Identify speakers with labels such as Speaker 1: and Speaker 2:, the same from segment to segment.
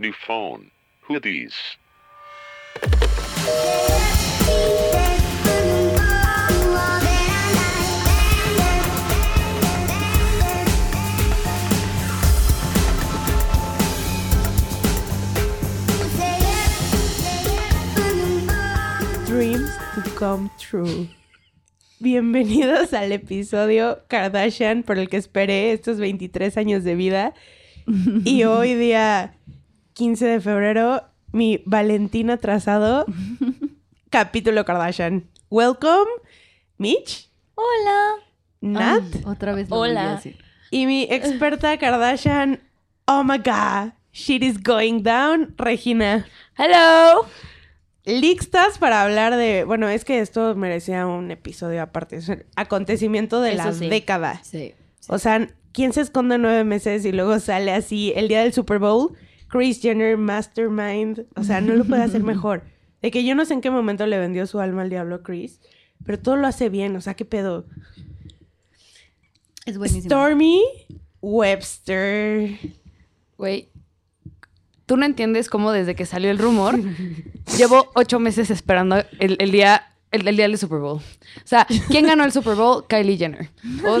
Speaker 1: New phone. Who these?
Speaker 2: Dreams to Come True. Bienvenidos al episodio Kardashian por el que esperé estos 23 años de vida. Y hoy día 15 de febrero, mi Valentín atrasado, capítulo Kardashian. Welcome, Mitch,
Speaker 3: Hola.
Speaker 2: Nat
Speaker 4: Otra vez
Speaker 3: lo volví a
Speaker 4: Hola.
Speaker 3: decir.
Speaker 2: y mi experta Kardashian. Oh my god, shit is going down, Regina.
Speaker 3: Hello.
Speaker 2: Listas para hablar de. Bueno, es que esto merecía un episodio aparte. Es el acontecimiento de
Speaker 3: Eso
Speaker 2: la
Speaker 3: sí.
Speaker 2: década.
Speaker 4: Sí. sí.
Speaker 2: O sea, ¿quién se esconde nueve meses y luego sale así el día del Super Bowl? Chris Jenner, Mastermind. O sea, no lo puede hacer mejor. De que yo no sé en qué momento le vendió su alma al diablo a Chris, pero todo lo hace bien. O sea, ¿qué pedo?
Speaker 4: es buenísimo.
Speaker 2: Stormy Webster.
Speaker 3: Güey, tú no entiendes cómo desde que salió el rumor, llevo ocho meses esperando el, el día... El, el día del Super Bowl. O sea, ¿quién ganó el Super Bowl? Kylie Jenner. O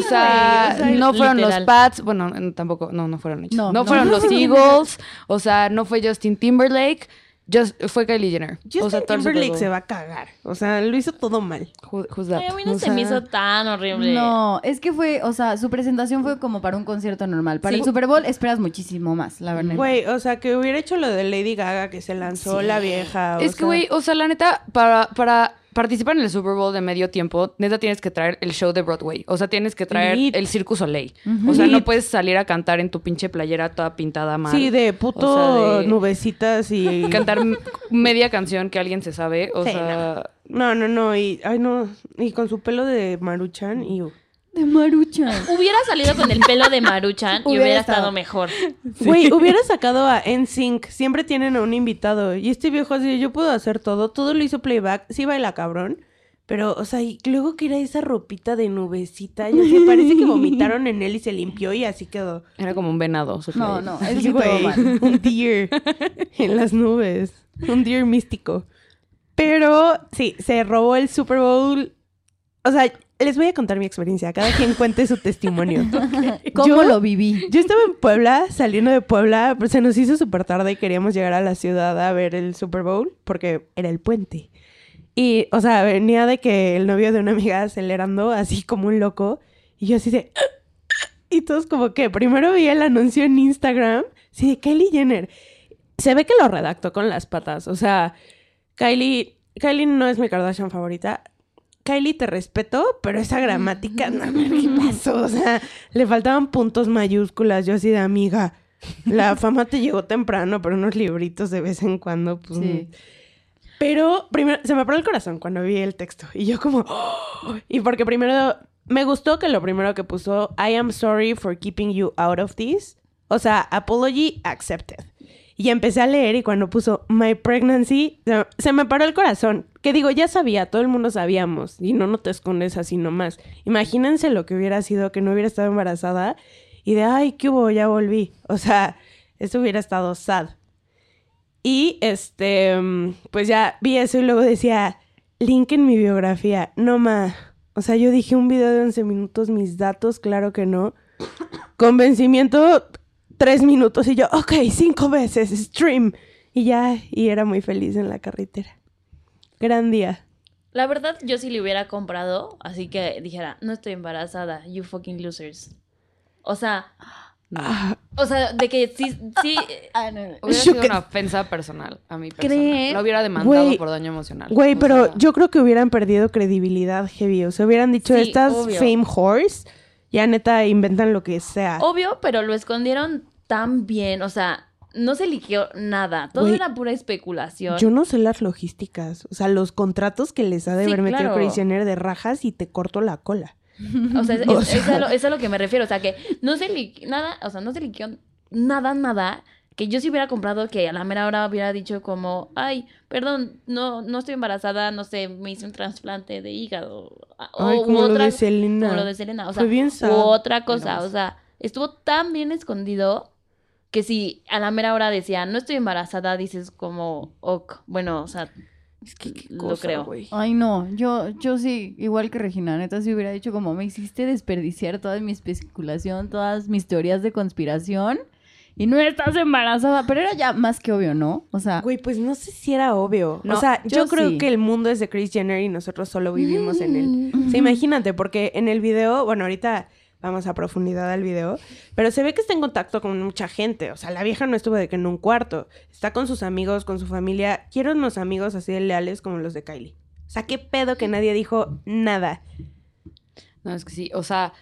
Speaker 4: Güey,
Speaker 3: sea,
Speaker 4: o sea,
Speaker 3: no fueron
Speaker 4: literal.
Speaker 3: los Pats. Bueno, no, tampoco, no, no fueron ellos. No,
Speaker 4: No, no.
Speaker 3: fueron los Eagles. O sea, no fue Justin Timberlake. Just, fue Kylie Jenner.
Speaker 2: Justin
Speaker 3: o sea, todo el Super
Speaker 2: Timberlake
Speaker 3: Bowl.
Speaker 2: se va a cagar. O sea, lo hizo todo mal.
Speaker 3: Who- who's that?
Speaker 5: Ay, a mí no
Speaker 3: O
Speaker 5: se me
Speaker 3: sea,
Speaker 5: hizo tan horrible.
Speaker 4: No, es que fue, o sea, su presentación fue como para un concierto normal. Para
Speaker 2: Sí.
Speaker 4: el Super Bowl esperas muchísimo más, la verdad.
Speaker 2: Güey, o sea, que hubiera hecho lo de Lady Gaga que se lanzó la vieja. o
Speaker 3: Es que,
Speaker 2: sea,
Speaker 3: güey, o sea, la neta, para, para participar en el Super Bowl de medio tiempo, neta tienes que traer el show de Broadway. O sea, tienes que traer
Speaker 2: Lit.
Speaker 3: el Circus Soleil. O sea,
Speaker 2: Lit.
Speaker 3: no puedes salir a cantar en tu pinche playera toda pintada mal.
Speaker 2: Sí, de puto
Speaker 3: O sea, de
Speaker 2: nubecitas y.
Speaker 3: Cantar m- media canción que alguien se sabe. O
Speaker 2: Sí,
Speaker 3: sea,
Speaker 2: No, no, no. Y, ay, no. Y con su pelo de Maruchan y.
Speaker 4: De Marucha.
Speaker 5: Hubiera salido con el pelo de Maruchan y
Speaker 4: Hubiera
Speaker 5: hubiera estado
Speaker 4: estado.
Speaker 5: mejor.
Speaker 2: Güey, hubiera sacado a NSYNC. Siempre tienen a un invitado. Y este viejo así, yo puedo hacer todo. Todo lo hizo playback. Sí baila cabrón. Pero, o sea, y luego que era esa ropita de nubecita. Ya que parece que vomitaron en él y se limpió y así quedó.
Speaker 3: era como un venado. su
Speaker 4: No,
Speaker 3: playera.
Speaker 4: no, es
Speaker 2: Sí,
Speaker 4: que todo
Speaker 2: güey.
Speaker 4: mal.
Speaker 2: Un deer en las nubes. Un deer místico. Pero sí, se robó el Super Bowl. O sea, les voy a contar mi experiencia. Cada quien cuente su testimonio.
Speaker 4: ¿Cómo
Speaker 2: Yo-
Speaker 4: lo viví?
Speaker 2: Yo estaba en Puebla, saliendo de Puebla, pero se nos hizo súper tarde y queríamos llegar a la ciudad a ver el Super Bowl porque era el puente. Y, o sea, venía de que el novio de una amiga acelerando así como un loco y yo así de... Y todos como que primero vi el anuncio en Instagram, sí, de Kylie Jenner. Se ve que lo redactó con las patas, o sea, Kylie, Kylie no es mi Kardashian favorita. Kylie, te respeto, pero esa gramática, no, ¿qué pasó? O sea, le faltaban puntos mayúsculas, yo así de amiga. La fama te llegó temprano, pero unos libritos de vez en cuando, pues.
Speaker 4: Sí.
Speaker 2: Pero primero se me paró el corazón cuando vi el texto y yo como ¡oh! y porque primero me gustó que lo primero que puso I am sorry for keeping you out of this, o sea, apology accepted. Y empecé a leer y cuando puso My pregnancy se- se me paró el corazón, que digo, ya sabía, todo el mundo sabíamos y no no te escondes así nomás. Imagínense lo que hubiera sido que no hubiera estado embarazada y de ay, qué hubo, ya volví. O sea, esto hubiera estado sad. Y este, mm, pues ya vi eso y luego decía, link en mi biografía. No ma. O sea, yo dije un video de 11 minutos, mis datos, claro que no. Convencimiento, 3 minutos. Y yo, ok, 5 veces, stream. Y ya, y era muy feliz en la carretera. Gran día.
Speaker 5: La verdad, yo sí le hubiera comprado, así que dijera, no estoy embarazada, you fucking losers. O sea, o sea, de que sí, sí,
Speaker 4: Ah, no, no.
Speaker 3: Hubiera
Speaker 2: Yo
Speaker 3: sido
Speaker 2: que-
Speaker 3: una ofensa personal a mi persona.
Speaker 5: ¿Crees?
Speaker 3: Lo hubiera demandado
Speaker 2: Güey,
Speaker 3: por daño emocional.
Speaker 2: Güey,
Speaker 3: O
Speaker 2: pero
Speaker 3: sea,
Speaker 2: yo creo que hubieran perdido credibilidad heavy. O sea, hubieran dicho,
Speaker 5: Sí,
Speaker 2: estas
Speaker 5: obvio.
Speaker 2: fame horse, ya neta inventan lo que sea.
Speaker 5: obvio, pero lo escondieron tan bien, o sea, no se eligió nada, todo
Speaker 2: Güey,
Speaker 5: era pura especulación.
Speaker 2: Yo no sé las logísticas, o sea, los contratos que les ha de
Speaker 5: Sí,
Speaker 2: haber metido
Speaker 5: claro.
Speaker 2: Kris Jenner de rajas y te corto la cola.
Speaker 5: O sea, es,
Speaker 2: O
Speaker 5: es-
Speaker 2: sea-
Speaker 5: es a lo, es a lo que me refiero. O sea, que no se liqui- nada, o sea, no se liquidó nada, nada. Que yo sí hubiera comprado que a la mera hora hubiera dicho como, ay, perdón, no, no estoy embarazada, no sé, me hice un trasplante de hígado. a- O,
Speaker 2: Ay,
Speaker 5: u
Speaker 2: como lo
Speaker 5: otra-
Speaker 2: de Selena.
Speaker 5: como lo de Selena, O sea,
Speaker 2: Fue bien sad.
Speaker 5: u otra
Speaker 3: Ay, no
Speaker 5: cosa.
Speaker 3: más.
Speaker 5: O sea, estuvo tan bien escondido que si a la mera hora decía, no estoy embarazada, dices como, ok, bueno, o sea,
Speaker 2: Es que qué
Speaker 5: Lo
Speaker 2: cosa,
Speaker 5: creo.
Speaker 2: güey.
Speaker 4: Ay, no, yo, yo sí, igual que Regina, neta, sí hubiera dicho como me hiciste desperdiciar toda mi especulación, todas mis teorías de conspiración y no estás embarazada, pero era ya más que obvio, ¿no? O sea,
Speaker 2: Güey, pues no sé si era obvio.
Speaker 4: No,
Speaker 2: o sea, yo,
Speaker 4: yo
Speaker 2: creo
Speaker 4: sí.
Speaker 2: que el mundo es de Chris Jenner y nosotros solo vivimos en él.
Speaker 5: Mm.
Speaker 2: O sea, imagínate, porque en el video, bueno, ahorita vamos a profundidad al video, pero se ve que está en contacto con mucha gente. O sea, la vieja no estuvo de que en un cuarto. Está con sus amigos, con su familia. Quiero unos amigos así de leales como los de Kylie. O sea, qué pedo que nadie dijo nada.
Speaker 3: No, es que sí. O sea,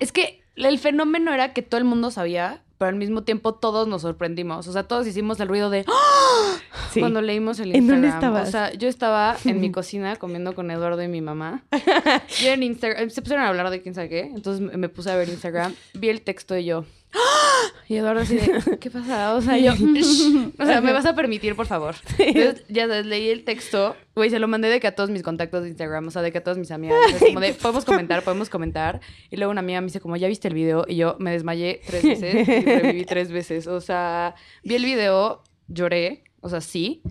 Speaker 3: es que el fenómeno era que todo el mundo sabía, pero al mismo tiempo todos nos sorprendimos. O sea, todos hicimos el ruido de ¡Ah!
Speaker 2: Sí.
Speaker 3: cuando leímos el
Speaker 2: ¿En
Speaker 3: Instagram.
Speaker 2: dónde estabas?
Speaker 3: O sea, yo estaba en mi cocina comiendo con Eduardo y mi mamá. Yo en Instagram, se pusieron a hablar de quién sabe qué. Entonces me me puse a ver Instagram, vi el texto y yo. ¡Ah! Y Eduardo así de, ¿qué pasará? O sea, yo, "Shh". o sea, me vas a permitir, por favor. Entonces, ya sabes, leí el texto, güey, se lo mandé de que a todos mis contactos de Instagram, o sea, de que a todas mis amigas, o sea, como de, podemos comentar, podemos comentar. Y luego una amiga me dice, como, ¿ya viste el video? Y yo me desmayé tres veces y reviví tres veces. O sea, vi el video, lloré, o sea, sí.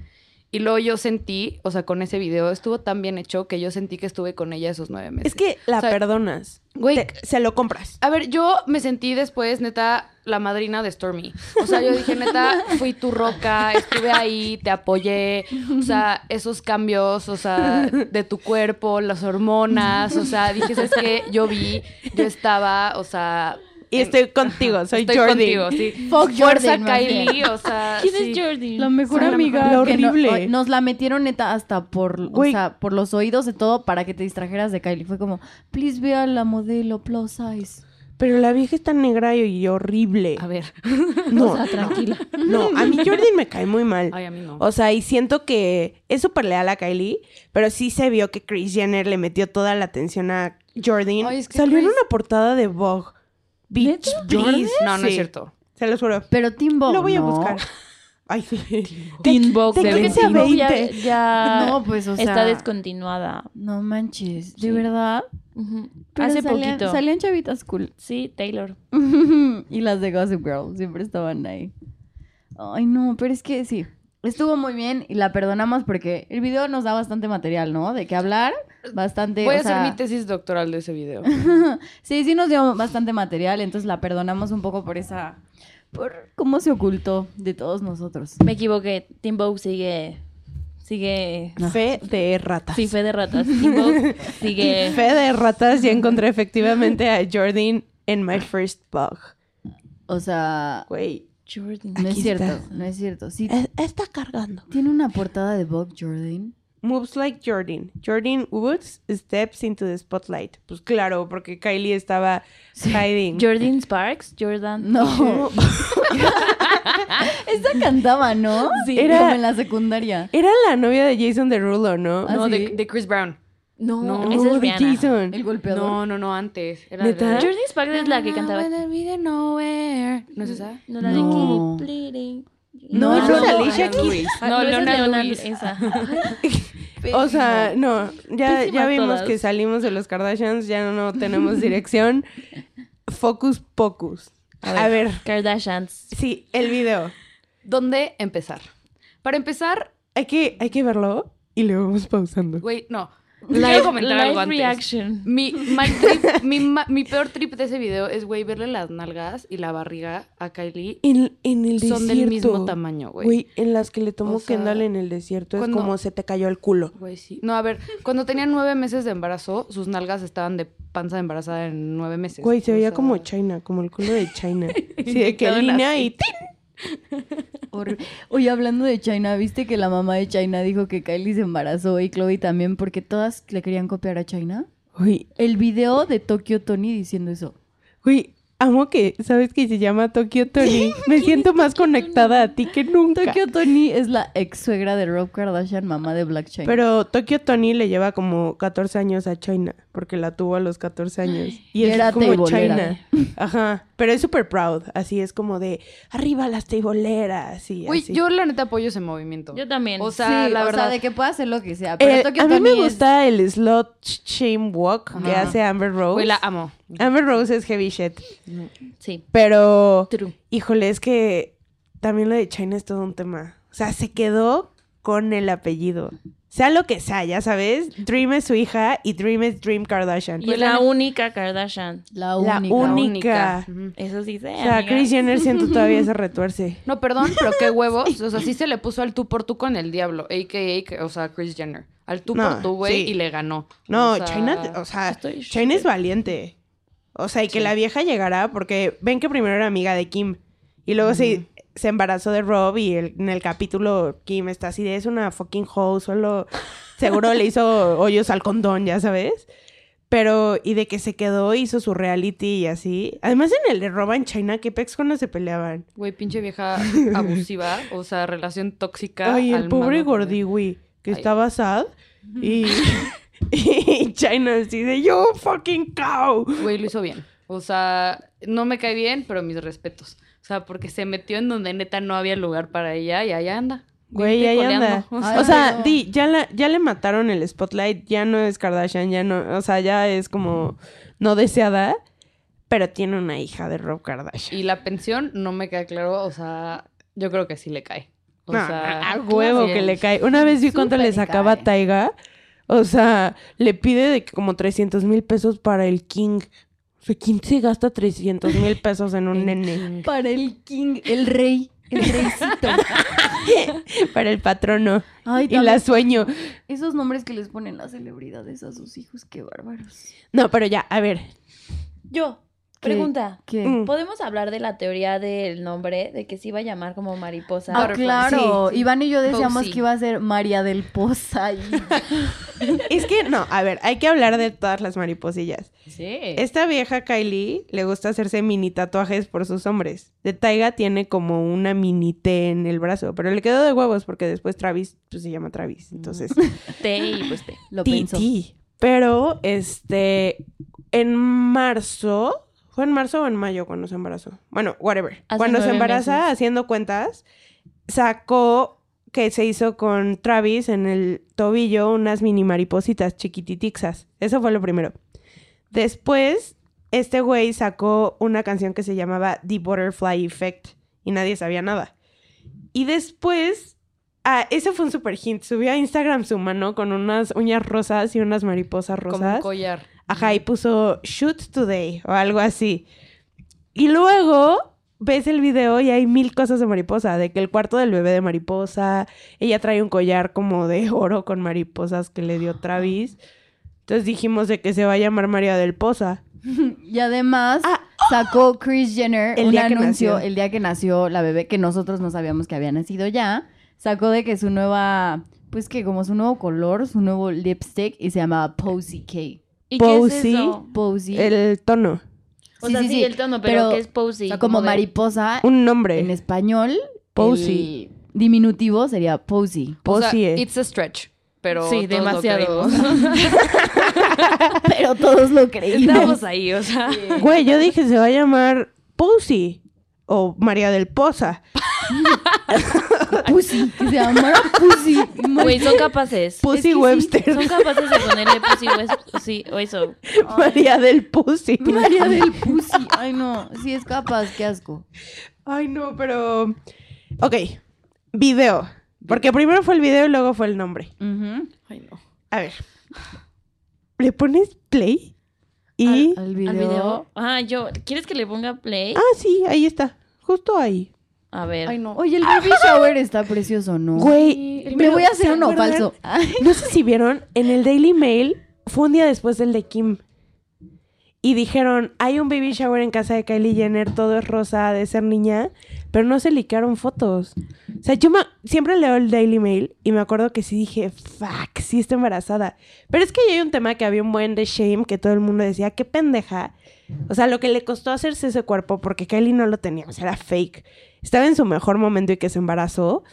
Speaker 3: Y luego yo sentí, o sea, con ese video estuvo tan bien hecho que yo sentí que estuve con ella esos nueve meses.
Speaker 2: Es que la
Speaker 3: O sea,
Speaker 2: perdonas.
Speaker 3: güey,
Speaker 2: Te- se lo compras.
Speaker 3: a ver, yo me sentí después, neta, la madrina de Stormy. O sea, yo dije, neta, fui tu roca, estuve ahí, te apoyé. O sea, esos cambios, o sea, de tu cuerpo, las hormonas. O sea, dije, ¿sabes qué? Yo vi, yo estaba, o sea.
Speaker 2: Y
Speaker 3: en-
Speaker 2: estoy contigo, soy
Speaker 3: estoy
Speaker 2: Jordi.
Speaker 3: contigo, sí.
Speaker 4: Fuck
Speaker 3: Fuerza
Speaker 4: Jordan, más
Speaker 3: Kylie,
Speaker 4: bien.
Speaker 3: o sea.
Speaker 5: ¿quién
Speaker 3: sí.
Speaker 5: es Jordi?
Speaker 4: la mejor
Speaker 2: Soy la
Speaker 4: amiga.
Speaker 2: mejor.
Speaker 4: que no-
Speaker 2: Horrible.
Speaker 4: nos la metieron neta hasta por, o
Speaker 2: Güey.
Speaker 4: sea, por los oídos de todo para que te distrajeras de Kylie. Fue como, please ve a la modelo plus size.
Speaker 2: Pero la vieja está negra y y horrible.
Speaker 3: A ver.
Speaker 2: No,
Speaker 4: o sea, tranquila.
Speaker 2: No, a mí Jordan me cae muy mal.
Speaker 3: Ay, a mí no.
Speaker 2: O sea, y siento que es súper leal a Kylie, pero sí se vio que Chris Jenner le metió toda la atención a Jordan.
Speaker 3: Ay, es que
Speaker 2: Salió en
Speaker 3: Kris-
Speaker 2: una portada de Vogue. Bitch, please.
Speaker 3: No, no
Speaker 2: Sí,
Speaker 3: es cierto.
Speaker 2: Se los juro.
Speaker 4: Pero Tim Bob,
Speaker 2: Lo voy a
Speaker 4: no.
Speaker 2: buscar. Ay, sí.
Speaker 5: Teen Vogue
Speaker 2: Te
Speaker 5: de
Speaker 2: creo que sea
Speaker 5: 20.
Speaker 2: 20.
Speaker 5: Ya, ya
Speaker 4: No, pues, o sea.
Speaker 5: Ah, está descontinuada.
Speaker 4: No manches, de verdad.
Speaker 5: Ujú.
Speaker 4: Pero
Speaker 5: Hace
Speaker 4: salían-
Speaker 5: poquito.
Speaker 4: Salían chavitas cool.
Speaker 5: Sí, Taylor.
Speaker 4: y las de Gossip Girl siempre estaban ahí. Ay, no, pero es que sí. Estuvo muy bien y la perdonamos porque el video nos da bastante material, ¿no? De qué hablar, bastante.
Speaker 3: Voy
Speaker 4: o
Speaker 3: a hacer
Speaker 4: sea,
Speaker 3: mi tesis doctoral de ese video.
Speaker 4: Sí, sí nos dio bastante material, entonces la perdonamos un poco por esa. por cómo se ocultó de todos nosotros.
Speaker 5: Me equivoqué. Teen Vogue sigue. Sigue.
Speaker 2: Fe de ratas.
Speaker 5: Sí, fe de ratas. Teen Vogue sigue.
Speaker 2: Fe de ratas, ya encontré efectivamente a Jordan en My First Vogue.
Speaker 4: O sea,
Speaker 2: Güey.
Speaker 5: Jordan.
Speaker 4: no
Speaker 2: Aquí
Speaker 4: es cierto,
Speaker 2: está.
Speaker 4: no es cierto. Sí,
Speaker 2: eh, Está cargando.
Speaker 4: tiene una portada de Bob Jordan.
Speaker 2: Moves like Jordan. Jordan Woods steps into the spotlight. Pues claro, porque Kylie estaba hiding.
Speaker 5: Jordan Sparks. Jordan.
Speaker 4: No. Esta cantaba, ¿no?
Speaker 2: Sí.
Speaker 4: Era
Speaker 2: Era-
Speaker 4: en la secundaria.
Speaker 2: Era la novia de Jason Derulo, ¿no?
Speaker 4: Ah,
Speaker 3: No, de,
Speaker 4: sí?
Speaker 3: de Chris Brown.
Speaker 5: No,
Speaker 3: No,
Speaker 5: esa es
Speaker 2: de
Speaker 5: Rihanna.
Speaker 2: Jason.
Speaker 4: El golpeador.
Speaker 3: No, no, no, antes. Era
Speaker 2: ¿Neta?
Speaker 3: de-
Speaker 5: Jordan Sparks es la que cantaba.
Speaker 3: ¿No es esa?
Speaker 5: No, la de
Speaker 4: No.
Speaker 5: Keep Bleeding.
Speaker 2: No,
Speaker 4: esa es
Speaker 5: no,
Speaker 2: Alicia
Speaker 5: no,
Speaker 3: Keys.
Speaker 5: No,
Speaker 3: No,
Speaker 5: Ah, no, es
Speaker 3: Leona
Speaker 5: Leona
Speaker 3: Lewis.
Speaker 5: Esa.
Speaker 2: O sea, no, ya, ya
Speaker 5: Pésimas
Speaker 2: vimos
Speaker 5: todas.
Speaker 2: que salimos de los Kardashians, ya no tenemos dirección. Focus Pocus. A ver.
Speaker 5: Kardashians.
Speaker 2: sí, el video.
Speaker 3: ¿Dónde empezar? Para empezar,
Speaker 2: Hay que, hay que verlo y le vamos pausando.
Speaker 3: güey, no.
Speaker 5: Live,
Speaker 3: Quiero comentar algo
Speaker 5: live
Speaker 3: antes.
Speaker 5: reaction.
Speaker 3: Mi, mal trip- mi, ma- mi peor trip de ese video es, güey, verle las nalgas y la barriga a Kylie.
Speaker 2: En, en el desierto.
Speaker 3: Son del mismo tamaño, güey.
Speaker 2: Güey, en las que le tomó
Speaker 3: O sea,
Speaker 2: Kendall en el desierto
Speaker 3: cuando-
Speaker 2: es como se te cayó el culo.
Speaker 3: Güey, sí. No, a ver, cuando tenía nueve meses de embarazo, sus nalgas estaban de panza de embarazada en nueve meses.
Speaker 2: Güey, se
Speaker 3: O
Speaker 2: veía
Speaker 3: sea,
Speaker 2: como China, como el culo de China. Sí, de que
Speaker 3: Inyectado en
Speaker 2: línea y...
Speaker 4: Horrible. Oye, hablando de China, ¿viste que la mamá de China dijo que Kylie se embarazó y Chloe también porque todas le querían copiar a China?
Speaker 2: Güey,
Speaker 4: El video de Tokyo Tony diciendo eso.
Speaker 2: Güey, amo que, ¿sabes que se llama Tokyo Tony? Me siento más conectada a ti que nunca.
Speaker 4: Tokyo Tony es la ex suegra de Rob Kardashian, mamá de Black China.
Speaker 2: Pero Tokyo Tony le lleva como 14 años a China. porque la tuvo a los 14 años. Y
Speaker 4: Y
Speaker 2: es
Speaker 4: era
Speaker 2: como
Speaker 4: teibolera.
Speaker 2: China. Ajá. Pero es súper proud. Así es como de arriba las teiboleras. Y
Speaker 3: Uy,
Speaker 2: así. Eh,
Speaker 3: yo la neta apoyo ese movimiento.
Speaker 5: Yo también.
Speaker 3: O sea, la verdad.
Speaker 4: de que pueda hacer lo que sea. Pero
Speaker 2: Eh,
Speaker 4: Tokyo
Speaker 2: a mí
Speaker 4: Tony
Speaker 2: me
Speaker 4: es-
Speaker 2: gusta el slot shame walk que
Speaker 3: Ajá.
Speaker 2: hace Amber Rose.
Speaker 3: Güey, la amo.
Speaker 2: Amber Rose es heavy shit.
Speaker 5: Sí.
Speaker 2: Pero,
Speaker 5: True.
Speaker 2: híjole, es que también lo de China es todo un tema. O sea, se quedó con el apellido. Sea lo que sea, ya sabes. Dream es su hija y Dream es Dream Kardashian. Pues
Speaker 5: Y es la única Kardashian.
Speaker 4: La
Speaker 2: La
Speaker 4: única.
Speaker 2: única.
Speaker 3: Ujú.
Speaker 5: Eso sí sé.
Speaker 2: O sea,
Speaker 5: Eh, amiga.
Speaker 2: Chris Jenner siento todavía ese retuerce.
Speaker 3: No, perdón, pero qué huevos. O sea, sí se le puso al tú por tú con el diablo, a.k.a., que- o sea, Chris Jenner. Al tú
Speaker 2: No,
Speaker 3: por tú, güey,
Speaker 2: sí.
Speaker 3: y le ganó.
Speaker 2: No,
Speaker 3: O sea,
Speaker 2: China, o sea,
Speaker 5: estoy
Speaker 2: China es valiente. O sea, y que la vieja llegará porque ven que primero era amiga de Kim y luego se, se embarazó de Rob y el- en el capítulo Kim está así de es una fucking hoe, solo seguro le hizo hoyos al condón, ya sabes. Pero, y de que se quedó, hizo su reality y así. Además, en el de Roban China, que pex cuando se peleaban.
Speaker 3: Güey, pinche vieja abusiva, o sea, relación tóxica.
Speaker 2: Ay, el
Speaker 3: al
Speaker 2: pobre
Speaker 3: mano, güey.
Speaker 2: Gordiwi, que
Speaker 3: Ay.
Speaker 2: estaba sad. Y, y China así de, yo fucking cow.
Speaker 3: Güey, lo hizo bien. O sea, no me cae bien, pero mis respetos. O sea, porque se metió en donde neta no había lugar para ella y allá anda.
Speaker 2: Güey,
Speaker 3: Vente
Speaker 2: ahí
Speaker 3: coleando.
Speaker 2: anda.
Speaker 3: O
Speaker 4: sea-
Speaker 2: O sea,
Speaker 4: Ay, no.
Speaker 2: di, ya, la- ya le mataron el spotlight, ya no es Kardashian, ya no, o sea, ya es como no deseada, pero tiene una hija de Rob Kardashian.
Speaker 3: Y la pensión no me queda claro, o sea, yo creo que sí le cae. O
Speaker 2: No,
Speaker 3: sea,
Speaker 2: a a huevo
Speaker 3: sí.
Speaker 2: que le cae. Una vez vi cuánto
Speaker 4: Súper
Speaker 2: le
Speaker 4: le
Speaker 2: sacaba a
Speaker 3: eh.
Speaker 4: cae.
Speaker 2: Taiga, o sea, le pide de que como 300 mil pesos para el King. O sea, ¿quién se gasta 300 mil pesos en un nene?
Speaker 4: Para el king, el rey, el reycito.
Speaker 2: Para el patrono.
Speaker 4: Ay,
Speaker 2: y la sueño.
Speaker 4: Esos nombres que les ponen las celebridades a sus hijos, qué bárbaros.
Speaker 2: No, pero ya, a ver.
Speaker 5: Yo.
Speaker 4: ¿Qué?
Speaker 5: Pregunta.
Speaker 4: ¿Qué?
Speaker 2: Mm.
Speaker 5: ¿Podemos hablar de la teoría del nombre? De que se iba a llamar como mariposa.
Speaker 4: Ah,
Speaker 3: Butterfly.
Speaker 4: claro.
Speaker 3: Sí, sí.
Speaker 4: Iván y yo decíamos
Speaker 3: Posey.
Speaker 4: que iba a ser María del Poza. y-
Speaker 2: Es que no, a ver, hay que hablar de todas las mariposillas.
Speaker 3: Sí.
Speaker 2: Esta vieja Kylie le gusta hacerse mini tatuajes por sus hombres. De Taiga tiene como una mini T en el brazo, pero le quedó de huevos porque después Travis pues, se llama Travis. Entonces,
Speaker 5: T y pues T.
Speaker 4: Lo
Speaker 2: ti,
Speaker 4: pensó.
Speaker 2: ti. Pero, este, en marzo, fue en marzo o en mayo cuando se embarazó. Bueno, whatever.
Speaker 5: Hace
Speaker 2: cuando se
Speaker 5: nueve
Speaker 2: embaraza,
Speaker 5: meses.
Speaker 2: haciendo cuentas, sacó que se hizo con Travis en el tobillo unas mini maripositas chiquititixas. Eso fue lo primero. Después, este güey sacó una canción que se llamaba The Butterfly Effect y nadie sabía nada. Y después, ah, ese fue un super hint. Subió a Instagram su mano con unas uñas rosas y unas mariposas
Speaker 3: Como un
Speaker 2: rosas.
Speaker 3: collar.
Speaker 2: Ajá, y puso Shoot Today o algo así. Y luego ves el video y hay mil cosas de mariposa, de que el cuarto del bebé de mariposa, ella trae un collar como de oro con mariposas que le dio Travis. Entonces dijimos de que se va a llamar María del Poza.
Speaker 4: Y además
Speaker 2: Ah.
Speaker 4: sacó Chris Jenner
Speaker 2: El
Speaker 4: un
Speaker 2: día que
Speaker 4: anuncio
Speaker 2: nació.
Speaker 4: el día que nació la bebé, que nosotros no sabíamos que había nacido ya. Sacó de que su nueva, pues que como su nuevo color, su nuevo lipstick, y se llamaba Posey K.
Speaker 5: ¿Y qué
Speaker 2: Posey.
Speaker 5: es eso?
Speaker 4: Posey.
Speaker 2: El tono,
Speaker 5: O
Speaker 4: Sí,
Speaker 5: sea, sí,
Speaker 4: sí, sí,
Speaker 5: el tono, pero,
Speaker 4: pero-
Speaker 5: que es Posey.
Speaker 4: o sea, como
Speaker 5: de-
Speaker 4: mariposa
Speaker 2: un
Speaker 4: en
Speaker 2: nombre.
Speaker 4: español.
Speaker 2: Posey.
Speaker 4: el Diminutivo sería Posey.
Speaker 3: O sea,
Speaker 2: Posie.
Speaker 3: it's a stretch, pero
Speaker 5: Sí,
Speaker 3: todos lo
Speaker 5: demasiado.
Speaker 3: creímos.
Speaker 4: Pero todos lo creímos.
Speaker 3: Estábamos ahí, o sea.
Speaker 2: Güey, yo dije se va a llamar Posey o María del Poza.
Speaker 4: Pussy. Que se llamara Pussy.
Speaker 5: Güey, son capaces.
Speaker 2: Pussy
Speaker 4: sí,
Speaker 2: Webster.
Speaker 5: Son capaces de ponerle Pussy West- Sí, o eso.
Speaker 2: María del Pussy.
Speaker 4: María del Pussy. Ay, no. Sí, es capaz. Qué asco.
Speaker 2: Ay, no, pero. Ok, video. Porque primero fue el video y luego fue el nombre.
Speaker 3: Ay, no.
Speaker 2: A ver. Le pones play y.
Speaker 4: Al
Speaker 5: Al video. Ah, yo. ¿Quieres que le ponga play?
Speaker 2: Ah, sí, ahí está. Justo ahí.
Speaker 5: A ver.
Speaker 3: Ay, no.
Speaker 4: Oye, el baby shower está precioso, ¿no?
Speaker 2: Güey,
Speaker 4: Me voy a hacer uno falso.
Speaker 2: No sé si vieron, en el Daily Mail fue un día después del de Kim. Y dijeron, hay un baby shower en casa de Kylie Jenner, todo es rosa, ha de ser niña, pero no se liquearon fotos. O sea, yo me- siempre leo el Daily Mail y me acuerdo que sí dije, fuck, sí está embarazada. Pero es que ya hay un tema que había un buen de shame que todo el mundo decía, qué pendeja. O sea, lo que le costó hacerse ese cuerpo porque Kylie no lo tenía, o sea, era fake. Estaba en su mejor momento y que se embarazó.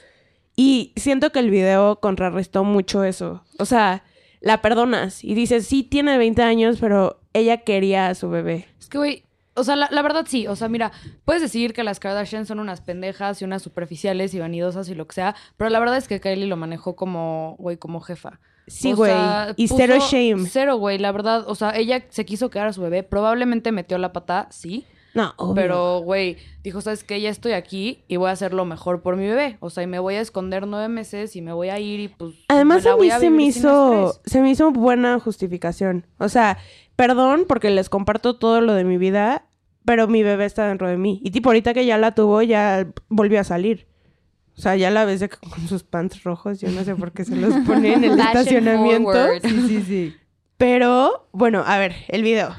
Speaker 2: Y siento que el video contrarrestó mucho eso. O sea, la perdonas y dices, sí, tiene 20 años, pero ella quería a su bebé.
Speaker 3: Es que, güey, o sea, la, la verdad sí. O sea, mira, puedes decir que las Kardashian son unas pendejas y unas superficiales y vanidosas y lo que sea, pero la verdad es que Kylie lo manejó como, güey, como jefa.
Speaker 2: Sí,
Speaker 3: O
Speaker 2: güey.
Speaker 3: sea,
Speaker 2: y
Speaker 3: puso
Speaker 2: cero shame.
Speaker 3: Cero, güey, la verdad. O sea, ella se quiso quedar a su bebé. Probablemente metió la pata, sí.
Speaker 2: No, obvio.
Speaker 3: Pero, güey, dijo, ¿sabes qué? Ya estoy aquí y voy a hacer lo mejor por mi bebé. O sea, y me voy a esconder nueve meses y me voy a ir y pues.
Speaker 2: Además,
Speaker 3: me la
Speaker 2: a
Speaker 3: voy
Speaker 2: mí se me,
Speaker 3: vivir sin
Speaker 2: hizo,
Speaker 3: estrés.
Speaker 2: se me hizo buena justificación. O sea, perdón porque les comparto todo lo de mi vida, pero mi bebé está dentro de mí. Y tipo, ahorita que ya la tuvo, ya volvió a salir. O sea, ya la ves de que con sus pants rojos, yo no sé por qué se los pone en el
Speaker 5: Fashion
Speaker 2: estacionamiento.
Speaker 5: forward.
Speaker 4: Sí, sí, sí.
Speaker 2: Pero, bueno, a ver, el video.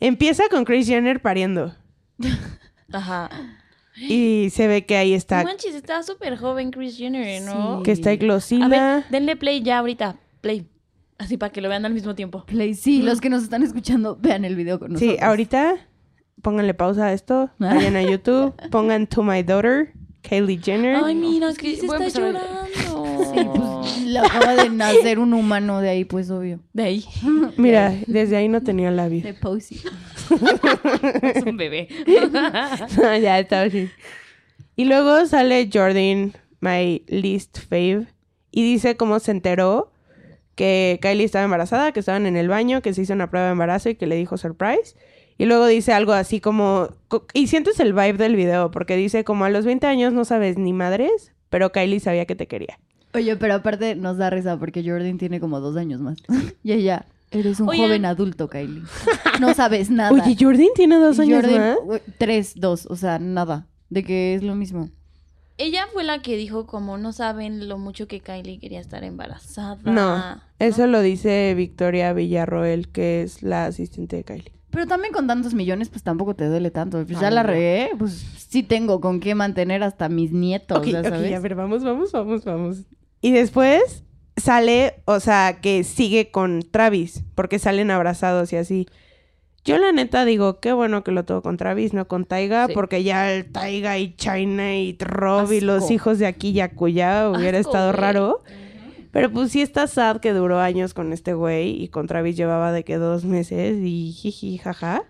Speaker 2: Empieza con Chris Jenner pariendo.
Speaker 5: Ajá.
Speaker 2: Y se ve que ahí
Speaker 5: No
Speaker 2: está,
Speaker 5: manches, está súper joven Chris Jenner, ¿no?
Speaker 4: Sí.
Speaker 2: que está
Speaker 5: A ver,
Speaker 2: Eclosina.
Speaker 5: denle play ya ahorita. Play. Así para que lo vean al mismo tiempo.
Speaker 4: Play, sí, los que nos están escuchando, vean el video con nosotros.
Speaker 2: Mm. Sí, ahorita pónganle pausa a esto, vayan a YouTube, pongan To My Daughter, Kylie Jenner.
Speaker 5: Ay, mira,
Speaker 3: Es que
Speaker 5: Chris
Speaker 3: voy a
Speaker 5: está
Speaker 3: empezar a-
Speaker 5: llorando.
Speaker 4: Sí, pues le acaba de nacer un humano de ahí, pues obvio.
Speaker 5: De ahí.
Speaker 2: Mira, desde ahí no tenía labio.
Speaker 4: De Posey.
Speaker 3: Es un bebé.
Speaker 2: ya estaba así. Y luego sale Jordan, my least fave, y dice cómo se enteró que Kylie estaba embarazada, que estaban en el baño, que se hizo una prueba de embarazo y que le dijo surprise. Y luego dice algo así como... co- Y sientes el vibe del video, porque dice como a los 20 años no sabes ni madres, pero Kylie sabía que te quería.
Speaker 4: Oye, pero aparte nos da risa porque Jordan tiene como dos años más. Y ella, eres un
Speaker 5: Oigan.
Speaker 4: joven adulto, Kylie. No sabes nada.
Speaker 2: Oye, Jordan tiene dos
Speaker 4: Y
Speaker 2: años
Speaker 4: Jordan, uh,
Speaker 2: más.
Speaker 4: güey, Tres, dos, o sea, nada. De que es lo mismo.
Speaker 5: Ella fue la que dijo como no saben lo mucho que Kylie quería estar embarazada.
Speaker 2: No, eso lo dice Victoria Villarroel, que es la asistente de Kylie.
Speaker 4: Pero también con tantos millones, pues tampoco te duele tanto. Pues ya la regué, pues sí tengo con qué mantener hasta mis nietos,
Speaker 2: Ok,
Speaker 4: ya
Speaker 2: ok,
Speaker 4: sabes.
Speaker 2: a ver, vamos, vamos, vamos, vamos. Y después sale, o sea, que sigue con Travis, porque salen abrazados y así. Yo la neta digo, qué bueno que lo tuvo con Travis, no con Taiga,
Speaker 3: Sí.
Speaker 2: porque ya el Taiga y China y Rob y los
Speaker 4: Asco.
Speaker 2: hijos de aquí y acullá hubiera
Speaker 5: Asco,
Speaker 2: estado
Speaker 5: güey.
Speaker 2: raro. Pero pues sí está sad que duró años con este güey y con Travis llevaba de que dos meses y jiji, jaja.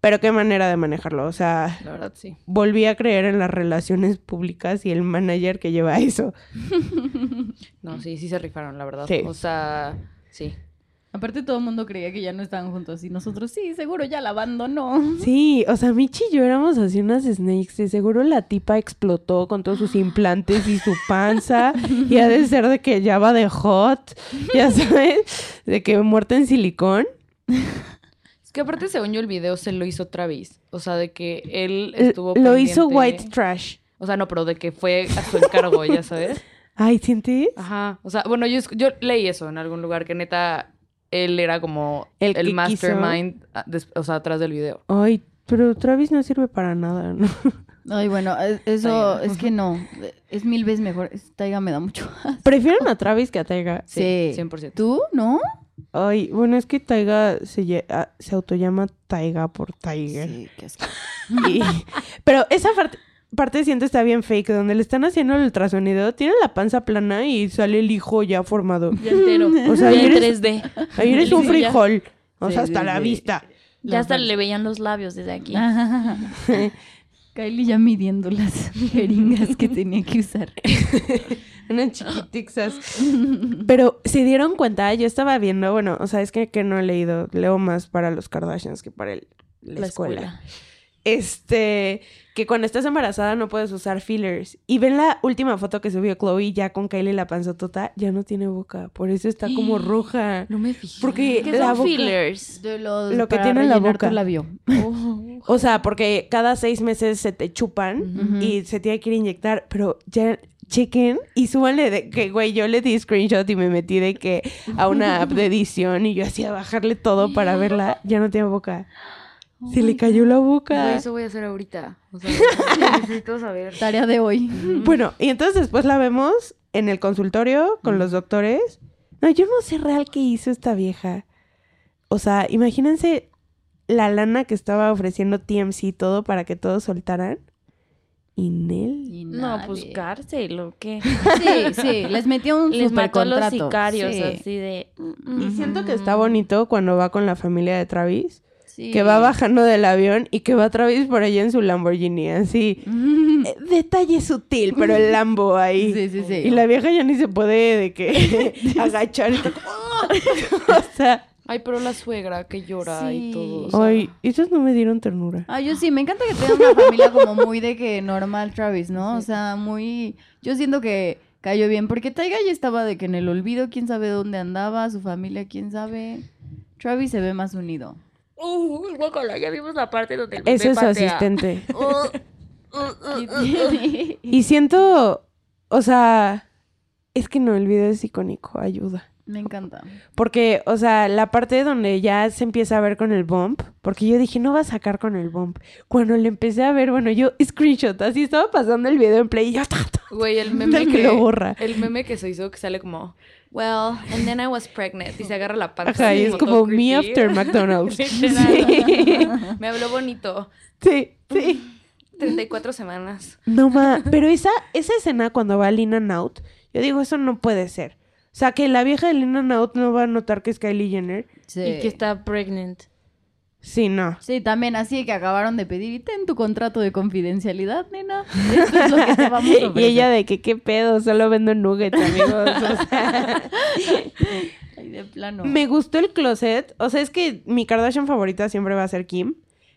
Speaker 2: Pero qué manera de manejarlo, o sea,
Speaker 3: La verdad, sí.
Speaker 2: volví a creer en las relaciones públicas y el manager que lleva eso.
Speaker 3: No, sí, sí se rifaron, la verdad.
Speaker 2: Mm. Sí.
Speaker 3: O sea, sí.
Speaker 4: Aparte todo el mundo creía que ya no estaban juntos y nosotros sí, seguro ya la abandonó.
Speaker 2: Sí, o sea, Michi y yo éramos así unas snakes. De seguro la tipa explotó con todos sus implantes y su panza. y ha de ser de que ya va de hot, ya sabes, de que muerta en silicón.
Speaker 3: Es que aparte, según yo, el video se lo hizo Travis. O sea, de que él estuvo.
Speaker 2: Lo hizo
Speaker 3: pendiente-
Speaker 2: white trash.
Speaker 3: O sea, no, pero de que fue a su encargo, ya sabes.
Speaker 2: Ay, ¿sientes?
Speaker 3: Ajá. O sea, bueno, yo, esc- yo leí eso en algún lugar, que neta, él era como
Speaker 2: El
Speaker 3: el,
Speaker 2: que
Speaker 3: mastermind, ah, des- o sea, atrás del video.
Speaker 2: Ay, pero Travis no sirve para nada, ¿no?
Speaker 4: Ay, bueno, es- eso es que no, E, es mil veces mejor. Es- Taiga me da mucho.
Speaker 3: Ah,
Speaker 4: asco.
Speaker 2: Prefieren a Travis que a Taiga.
Speaker 3: Sí,
Speaker 4: Sí.
Speaker 3: 100%.
Speaker 4: ¿Tú? ¿No?
Speaker 2: Ay, bueno, es que Taiga se, lle- ah, se autollama Taiga por Tiger.
Speaker 4: qué asco.
Speaker 2: Y- pero esa parte, parte siento está bien fake, donde le están haciendo el ultrasonido, tiene la panza plana y sale el hijo ya formado.
Speaker 5: Ya entero.
Speaker 2: O sea,
Speaker 5: ya en
Speaker 2: eres-
Speaker 5: 3D.
Speaker 2: Ahí eres
Speaker 5: Sí,
Speaker 2: un
Speaker 5: ya.
Speaker 2: frijol. O
Speaker 4: Sí,
Speaker 2: sea,
Speaker 4: sí,
Speaker 2: hasta la
Speaker 4: sí.
Speaker 2: vista.
Speaker 5: Ya hasta le veían los labios desde aquí.
Speaker 4: Ah, Kylie ya midiendo las jeringas que tenía que usar.
Speaker 2: Unas chiquitixas. Pero se dieron cuenta, yo estaba viendo, bueno, o sea, es que, que no he leído, leo más para los Kardashians que para el- la, escuela. Este, que cuando estás embarazada no puedes usar fillers. Y ven la última foto que subió Chloe ya con Kylie la panzotota, ya no tiene boca, por eso está como roja.
Speaker 3: No me fijé.
Speaker 2: Porque
Speaker 5: ¿Qué
Speaker 2: la
Speaker 5: son
Speaker 2: boca-
Speaker 5: fillers?
Speaker 4: De los-
Speaker 2: Lo que
Speaker 4: para
Speaker 2: tiene en la
Speaker 4: rellenar
Speaker 2: boca.
Speaker 4: Tu labio.
Speaker 5: Oh.
Speaker 2: O sea, porque cada seis meses se te chupan y se tiene que ir a inyectar, pero ya chequen y súbanle de que, güey, yo le di screenshot y me metí de que a una app de edición y yo hacía bajarle todo para verla, ya no tiene boca. se le cayó la boca.
Speaker 3: eso voy a hacer ahorita. O sea, necesito saber.
Speaker 4: Tarea de hoy.
Speaker 2: Bueno, y entonces después la vemos en el consultorio con los doctores. No, yo no sé real qué hizo esta vieja. O sea, imagínense la lana que estaba ofreciendo TMC y todo para que todos soltaran. Inel.
Speaker 4: Y
Speaker 5: No,
Speaker 4: nadie.
Speaker 5: pues cárcel o qué.
Speaker 4: Sí, sí, les metió un
Speaker 5: Les mató a los
Speaker 4: supercontrato.
Speaker 5: sicarios
Speaker 4: Sí,
Speaker 5: así de. mm,
Speaker 2: Y
Speaker 5: mm.
Speaker 2: siento que está bonito cuando va con la familia de Travis,
Speaker 4: sí.
Speaker 2: que va bajando del avión y que va Travis por allá en su Lamborghini, así.
Speaker 4: Mm.
Speaker 2: Eh, Detalle sutil, pero el Lambo ahí.
Speaker 4: Sí, sí, sí.
Speaker 2: Y la vieja ya ni se puede de que agachar. y está como, "Ah". o sea,
Speaker 3: Ay, pero la suegra que llora
Speaker 4: Sí.
Speaker 3: y todo. o sea,
Speaker 2: hoy, esos no me dieron ternura.
Speaker 4: Ah, yo sí, me encanta que tenga una familia como muy de que normal Travis, ¿no? O sea, muy... Yo siento que cayó bien, porque Taiga ya estaba de que en el olvido, quién sabe dónde andaba, su familia, quién sabe. Travis se ve más unido.
Speaker 5: Uh, guácala, ya vimos la parte donde el bebé
Speaker 2: Ese es su
Speaker 5: patea.
Speaker 2: asistente.
Speaker 4: Oh.
Speaker 5: Uh, uh, uh, uh.
Speaker 2: Y siento, o sea, es que no, el video es icónico, ayuda.
Speaker 4: Me encanta.
Speaker 2: Porque, o sea, la parte donde ya se empieza a ver con el bump, porque yo dije, no va a sacar con el bump. Cuando le empecé a ver, bueno, yo screenshot, así estaba pasando el video en play y yo, ta, ta,
Speaker 3: Güey, el
Speaker 2: Tal
Speaker 3: meme
Speaker 2: que
Speaker 3: que
Speaker 2: lo borra.
Speaker 3: El meme que se hizo que sale como, well, and then I was pregnant. Y se agarra la panza.
Speaker 2: ajá,
Speaker 3: así
Speaker 2: y es como
Speaker 3: todo
Speaker 2: me
Speaker 3: creepy.
Speaker 2: after McDonald's. Sí,
Speaker 3: Literal. Me habló bonito.
Speaker 2: sí, sí.
Speaker 3: 34 semanas.
Speaker 2: No ma, pero esa, esa escena cuando va Lina Naut, yo digo, eso no puede ser. O sea, que la vieja de Lina Naut no va a notar que es Kylie Jenner.
Speaker 4: Sí.
Speaker 5: Y que está pregnant.
Speaker 2: Sí, no.
Speaker 4: Sí, también así que acabaron de pedir, y ten tu contrato de confidencialidad, nena. Esto es lo que te vamos a
Speaker 2: Y
Speaker 4: ofrecer".
Speaker 2: ella de que qué pedo, solo vendo nuggets, amigos. O sea,
Speaker 4: Ay, de plano.
Speaker 2: me gustó el closet. O sea, es que mi Kardashian favorita siempre va a ser Kim.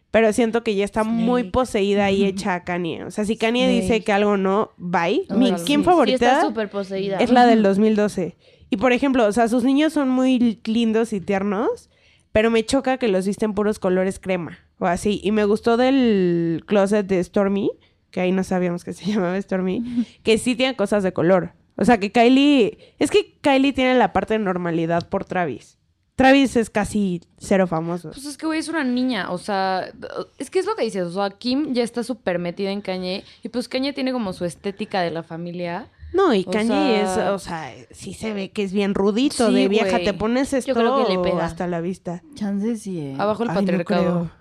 Speaker 2: Pero siento que ya está muy poseída y hecha a Kanye. O sea, si Kanye
Speaker 4: Sí.
Speaker 2: dice que algo no, bye.
Speaker 4: Oh,
Speaker 2: mi Kim
Speaker 4: sí.
Speaker 5: Sí, está
Speaker 2: favorita
Speaker 5: súper poseída.
Speaker 2: es la del 2012. Y por ejemplo, o sea, sus niños son muy lindos y tiernos. Pero me choca que los visten puros colores crema o así. Y me gustó del closet de Stormy, que ahí no sabíamos que se llamaba Stormy, que sí tiene cosas de color. O sea, que Kylie. Es que Kylie tiene la parte de normalidad por Travis. Travis es casi cero famoso.
Speaker 3: Pues es que, güey, es una niña. O sea, es que es lo que dices. O sea, Kim ya está súper metida en Kanye. Y pues Kanye tiene como su estética de la familia.
Speaker 2: No, y
Speaker 3: o
Speaker 2: Kanye
Speaker 3: sea-
Speaker 2: es. O sea, sí se ve que es bien rudito
Speaker 3: Sí,
Speaker 2: de vieja.
Speaker 3: güey.
Speaker 2: Te pones esto
Speaker 5: creo que le pega.
Speaker 2: hasta la vista.
Speaker 4: Chance sí, eh.
Speaker 3: Abajo el
Speaker 2: Ay, no
Speaker 3: patriarcado.
Speaker 2: creo.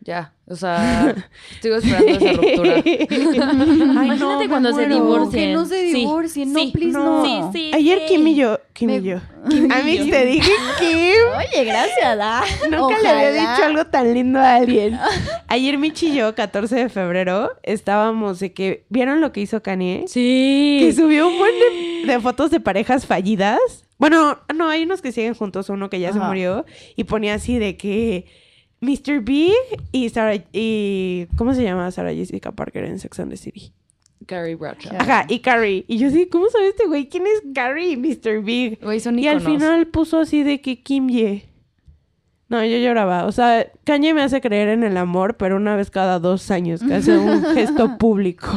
Speaker 3: ya. O sea, estoy esperando esa ruptura.
Speaker 2: Ay, no,
Speaker 5: Imagínate
Speaker 2: me
Speaker 5: cuando se
Speaker 2: muero.
Speaker 5: divorcien.
Speaker 4: Que no se
Speaker 5: Sí,
Speaker 4: divorcien, no,
Speaker 5: sí,
Speaker 4: please,
Speaker 2: no.
Speaker 4: no.
Speaker 5: Sí, sí,
Speaker 2: Ayer
Speaker 5: sí.
Speaker 2: Kim y yo. Kim y
Speaker 4: Me-
Speaker 2: yo. Amix, te dije Kim.
Speaker 4: Oye, gracias, ¿ah?
Speaker 2: Nunca le había dicho algo tan lindo a alguien. Ayer Michi y yo, 14 de febrero, estábamos de que. ¿Vieron lo que hizo Kanye? Que
Speaker 3: Sí.
Speaker 2: subió un buen de, de fotos de parejas fallidas. Bueno, no, hay unos que siguen juntos, uno que ya se
Speaker 4: Ajá.
Speaker 2: murió. Y ponía así de que. Mr. Big y Sarah. Y, ¿Cómo se llama Sarah Jessica Parker en Sex and the City?
Speaker 3: Gary Bradshaw.
Speaker 2: Ajá, y Carrie. Y yo así, ¿cómo sabe este güey? ¿Quién es Carrie y Mr. Big?
Speaker 3: Güey, son
Speaker 2: Y al
Speaker 3: íconos.
Speaker 2: final puso así de que Kim Ye. No, yo lloraba. O sea, Kanye me hace creer en el amor, pero una vez cada dos años, que hace un gesto público.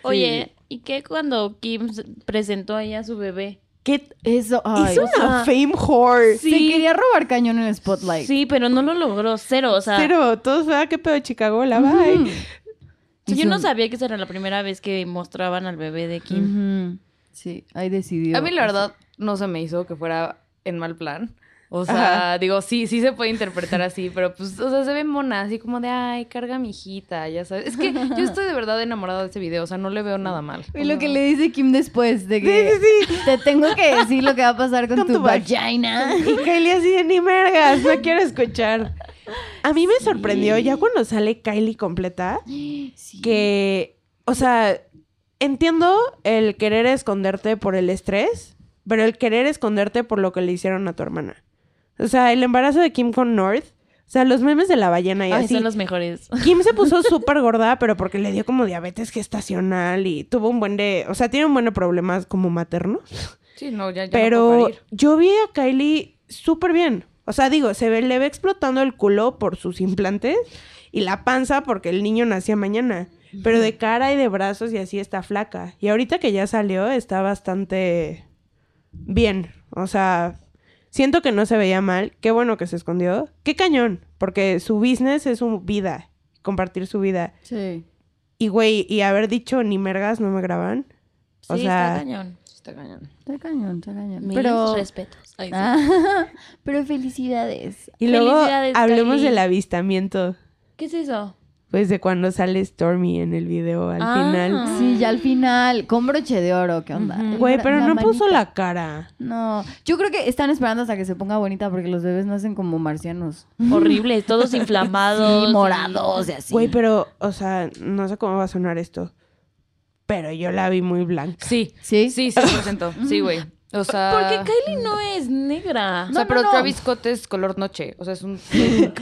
Speaker 5: Oye, ¿y qué cuando Kim s- presentó ahí a su bebé?
Speaker 2: ¿Qué?
Speaker 4: Eso, ay.
Speaker 2: Hizo una fame whore.
Speaker 4: Se quería robar cañón en el spotlight.
Speaker 5: Sí, pero no lo logró, cero, o sea,
Speaker 2: Pero todos, ¿verdad? "Ah, ¿Qué pedo Chicago? La bye.
Speaker 5: yo no sabía que esa era la primera vez que mostraban al bebé de Kim.
Speaker 4: Ujú. Sí, ahí decidió.
Speaker 3: A mí la verdad no se me hizo que fuera en mal plan. O sea, digo, sí, sí se puede interpretar así, pero pues, o sea, se ve mona, así como de, ay, carga mi hijita, ya sabes. Es que yo estoy de verdad enamorada de ese video, o sea, no le veo nada mal.
Speaker 4: Y lo que le dice Kim después de que
Speaker 2: Sí, sí, sí.
Speaker 4: te tengo que decir lo que va a pasar con,
Speaker 2: Con
Speaker 4: tu,
Speaker 2: tu vag-
Speaker 4: vagina.
Speaker 2: Y Kylie así de ni mergas, no quiero escuchar. A mí me sorprendió ya cuando sale Kylie completa.
Speaker 4: Sí.
Speaker 2: que, o sea, entiendo el querer esconderte por el estrés, pero el querer esconderte por lo que le hicieron a tu hermana. O sea, el embarazo de Kim con North, o sea, los memes de la ballena y
Speaker 5: Ay,
Speaker 2: así.
Speaker 5: son los mejores.
Speaker 2: Kim se puso súper gorda, pero porque le dio como diabetes gestacional y tuvo un buen de, o sea, tiene un buen de problemas como materno.
Speaker 3: Sí, no, ya, ya no
Speaker 2: Pero
Speaker 3: puedo parir.
Speaker 2: yo vi a Kylie súper bien. O sea, digo, se ve, le ve explotando el culo por sus implantes y la panza porque el niño nacía mañana. Pero de cara y de brazos y así está flaca. Y ahorita que ya salió, está bastante bien. O sea, siento que no se veía mal. Qué bueno que se escondió. Qué cañón, porque su business es su vida, compartir su vida.
Speaker 4: Sí.
Speaker 2: Y güey, y haber dicho ni mergas no me graban.
Speaker 5: Sí,
Speaker 2: O sea,
Speaker 5: está cañón.
Speaker 3: Sí, Está cañón.
Speaker 4: Está cañón, está cañón.
Speaker 5: Mis
Speaker 4: Pero,
Speaker 5: respetos. Ay, sí.
Speaker 4: Ah, pero felicidades.
Speaker 2: Y luego
Speaker 5: Felicidades,
Speaker 2: hablemos
Speaker 5: Kylie.
Speaker 2: del avistamiento.
Speaker 5: ¿Qué es eso?
Speaker 2: pues de cuando sale Stormy en el video al
Speaker 5: Ah.
Speaker 2: final.
Speaker 4: Sí, ya al final, con broche de oro, ¿qué onda?
Speaker 5: Ujú.
Speaker 2: Güey, pero
Speaker 4: Mm, La
Speaker 2: no puso
Speaker 4: manita.
Speaker 2: la cara.
Speaker 4: No, yo creo que están esperando hasta que se ponga bonita porque los bebés nacen como marcianos.
Speaker 5: Horrible, todos inflamados.
Speaker 4: Sí, morados y así.
Speaker 2: Güey, pero, o sea, no sé cómo va a sonar esto. Pero yo la vi muy blanca.
Speaker 3: Sí.
Speaker 4: ¿Sí?
Speaker 3: Sí, 100%. Sí, güey. O sea...
Speaker 5: Porque Kylie no es
Speaker 3: O
Speaker 5: negra.
Speaker 3: sea,
Speaker 4: No, no,
Speaker 3: pero
Speaker 4: no.
Speaker 3: Travis Scott es color noche. O sea, es un...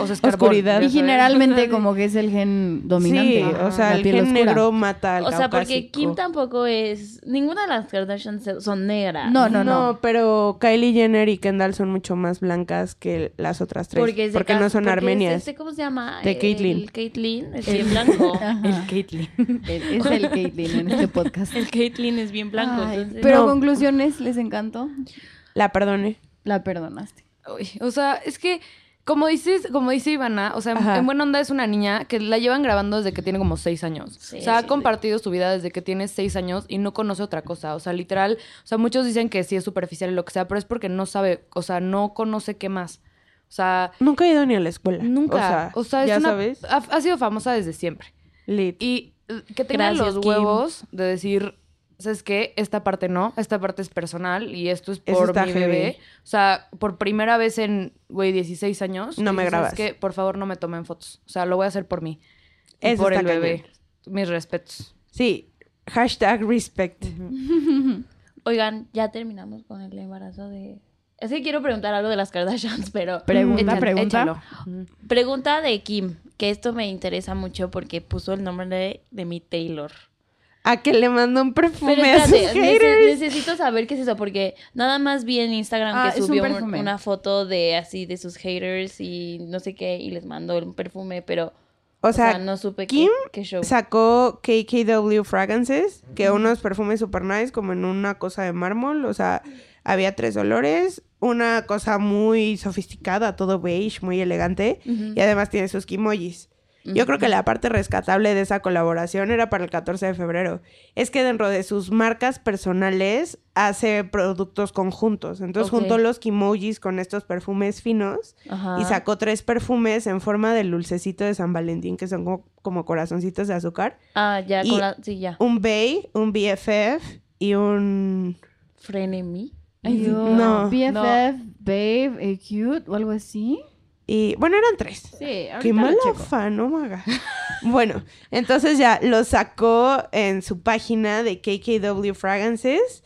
Speaker 3: O sea, es carbón.
Speaker 2: Oscuridad.
Speaker 3: ya
Speaker 4: Y
Speaker 3: sabes.
Speaker 4: generalmente como que es el gen dominante.
Speaker 2: Sí, o sea,
Speaker 4: la
Speaker 2: el
Speaker 4: piel
Speaker 2: gen
Speaker 4: oscura.
Speaker 2: negro mata al
Speaker 5: O sea, porque
Speaker 2: caucásico.
Speaker 5: Kim tampoco es. Ninguna de las Kardashians se- son negras.
Speaker 4: No,
Speaker 2: No,
Speaker 4: no, no.
Speaker 2: pero Kylie Jenner y Kendall son mucho más blancas que las otras tres. Porque,
Speaker 5: se
Speaker 2: no
Speaker 5: cas-
Speaker 2: son
Speaker 5: porque
Speaker 2: armenias.
Speaker 5: es este, ¿Cómo se llama?
Speaker 2: De
Speaker 5: El-
Speaker 2: Caitlyn.
Speaker 5: Caitlyn es bien blanco.
Speaker 4: Ajá.
Speaker 3: Caitlyn.
Speaker 4: El- es el Caitlyn en este podcast.
Speaker 5: El Caitlyn es bien blanco.
Speaker 4: Ay,
Speaker 5: entonces-
Speaker 4: pero
Speaker 2: No.
Speaker 4: conclusiones, ¿les encantó?
Speaker 2: La perdone.
Speaker 4: La perdonaste.
Speaker 3: Uy, o sea, es que como dices, como dice Ivana, o sea,
Speaker 2: Ajá.
Speaker 3: en buena onda es una niña que la llevan grabando desde que tiene como seis años.
Speaker 5: Sí,
Speaker 3: o sea,
Speaker 5: sí,
Speaker 3: ha compartido su vida desde que tiene seis años y no conoce otra cosa. O sea, literal, o sea, muchos dicen que sí es superficial y lo que sea, pero es porque no sabe, o sea, no conoce qué más. O sea,
Speaker 2: Nunca he ido ni a la escuela.
Speaker 3: nunca.
Speaker 2: O sea,
Speaker 3: es
Speaker 2: ya
Speaker 3: una-
Speaker 2: sabes.
Speaker 3: Ha, ha sido famosa desde siempre.
Speaker 2: Lit.
Speaker 3: Y eh, que tenga
Speaker 5: Gracias,
Speaker 3: los
Speaker 5: Kim.
Speaker 3: huevos de decir, ¿sabes qué? Esta parte no, esta parte es personal y esto es
Speaker 2: Eso
Speaker 3: por
Speaker 2: está
Speaker 3: mi
Speaker 2: heavy.
Speaker 3: bebé. O sea, por primera vez en, güey, 16 años.
Speaker 2: No me
Speaker 3: dices,
Speaker 2: grabas.
Speaker 3: "¿Sabes qué? por favor no me tomen fotos. O sea, lo voy a hacer por mí. Y
Speaker 2: Eso
Speaker 3: por
Speaker 2: está
Speaker 3: el bebé.
Speaker 2: cañón.
Speaker 3: Mis respetos.
Speaker 2: Sí. Hashtag respect.
Speaker 5: Oigan, ya terminamos con el embarazo de. Es que quiero preguntar algo de las Kardashians, pero.
Speaker 2: Mm,
Speaker 4: Pregunta,
Speaker 5: Échalo,
Speaker 4: pregunta.
Speaker 5: échalo. Pregunta de Kim, que esto me interesa mucho porque puso el nombre de, de mi Taylor.
Speaker 2: A que le mandó un perfume
Speaker 5: Pero
Speaker 2: a sus
Speaker 5: espérate, nece-
Speaker 2: haters.
Speaker 5: necesito saber qué es eso, porque nada más vi en Instagram
Speaker 4: Ah,
Speaker 5: que
Speaker 4: es un
Speaker 5: subió un-
Speaker 4: perfume.
Speaker 5: una foto de así de sus haters y no sé qué, y les mandó un perfume, pero
Speaker 2: O sea,
Speaker 5: no supe qué-
Speaker 2: Kim
Speaker 5: qué, show.
Speaker 2: sacó KKW Fragrances, que unos perfumes super nice, como en una cosa de mármol. O sea, había tres olores, una cosa muy sofisticada, todo beige, muy elegante.
Speaker 5: Ujú.
Speaker 2: Y además tiene sus kimojis. Yo creo que la parte rescatable de esa colaboración era para el 14 de febrero. Es que dentro de sus marcas personales hace productos conjuntos. Entonces
Speaker 5: Ok.
Speaker 2: juntó los kimojis con estos perfumes finos
Speaker 5: Ajá.
Speaker 2: y sacó tres perfumes en forma del dulcecito de San Valentín, que son como, como corazoncitos de azúcar.
Speaker 5: Ah, ya,
Speaker 2: y-
Speaker 5: con la, sí, ya.
Speaker 2: Un Bay, un BFF y un...
Speaker 5: Frenemy.
Speaker 2: No,
Speaker 4: BFF, babe, eh, cute o algo así.
Speaker 2: Y bueno, eran tres.
Speaker 4: Sí, ahorita
Speaker 2: Qué
Speaker 4: lo
Speaker 2: mala
Speaker 4: checo.
Speaker 2: fan, oh my God. Bueno, entonces ya los sacó en su página de KKW Fragrances